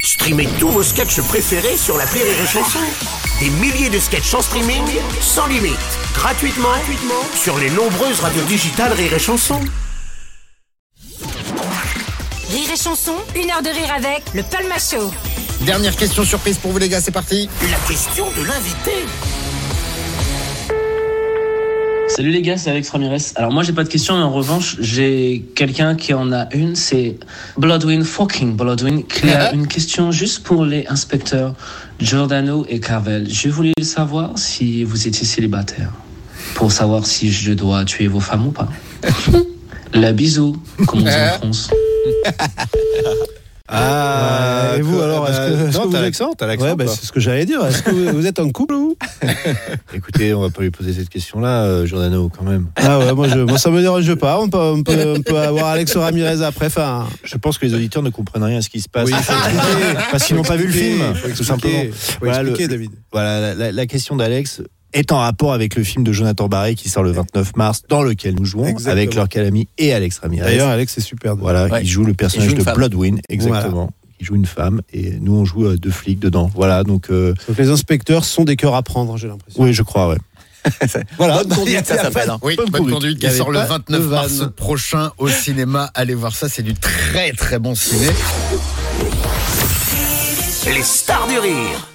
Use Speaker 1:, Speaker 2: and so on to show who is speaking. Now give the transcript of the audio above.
Speaker 1: Streamez tous vos sketchs préférés sur la Rire et Chanson. Des milliers de sketchs en streaming, sans limite, gratuitement, gratuitement sur les nombreuses radios digitales Rire et Chanson.
Speaker 2: Rire et chanson, une heure de rire avec le Palma Show.
Speaker 3: Dernière question surprise pour vous les gars, c'est parti.
Speaker 1: La question de l'invité.
Speaker 4: Salut les gars, c'est Alex Ramirez. Alors moi j'ai pas de question, mais en revanche j'ai quelqu'un qui en a une, c'est Bloodwin, fucking Bloodwin, qui a une question juste pour les inspecteurs Giordano et Carvel. Je voulais savoir si vous étiez célibataire, pour savoir si je dois tuer vos femmes ou pas. La bisou, comme on dit en France.
Speaker 5: Ah, Euh,
Speaker 6: Ouais, et vous, alors, est-ce que- est-ce que vous
Speaker 5: t'as
Speaker 6: êtes-
Speaker 5: l'accent, t'as l'accent,
Speaker 6: Ouais, bah,
Speaker 5: toi.
Speaker 6: c'est ce que j'allais dire. Est-ce que vous, vous êtes en couple vous
Speaker 5: Écoutez, on va pas lui poser cette question-là, euh, Giordano, quand même.
Speaker 6: Ah ouais, moi, je, moi ça me dérange pas. On peut, on peut, on peut avoir Alex Ramirez après. Enfin,
Speaker 5: Je pense que les auditeurs ne comprennent rien à ce qui se passe. parce qu'ils n'ont pas vu le
Speaker 6: expliquer,
Speaker 5: film,
Speaker 6: faut
Speaker 5: tout
Speaker 6: expliquer,
Speaker 5: simplement.
Speaker 6: faut
Speaker 5: Voilà,
Speaker 6: expliquer,
Speaker 5: le-
Speaker 6: David.
Speaker 5: Voilà, la, la- la question d'Alex est en rapport avec le film de Jonathan Barré qui sort le 29 mars, dans lequel nous jouons,
Speaker 6: Exactement.
Speaker 5: avec leur calami et Alex Ramirez.
Speaker 6: D'ailleurs, Alex, c'est super.
Speaker 5: Voilà,
Speaker 7: Ouais.
Speaker 5: qui joue le personnage
Speaker 7: Il joue une
Speaker 5: de
Speaker 7: femme.
Speaker 5: Bloodwin, exactement. Qui joue une femme, et nous on joue euh, deux flics dedans. Voilà, donc. euh,
Speaker 6: Donc les inspecteurs sont des cœurs à prendre, j'ai l'impression.
Speaker 5: oui, je crois, ouais.
Speaker 7: Bonne conduite, ça s'appelle. hein.
Speaker 8: Oui,
Speaker 5: Bonne
Speaker 8: Bonne,
Speaker 5: conduite.
Speaker 8: conduite,
Speaker 5: Il y
Speaker 8: qui
Speaker 5: avait
Speaker 8: sort le
Speaker 5: pas de
Speaker 8: 29 mars
Speaker 5: vanne.
Speaker 8: prochain au cinéma. Allez voir ça, c'est du très très bon ciné.
Speaker 1: Les stars du rire.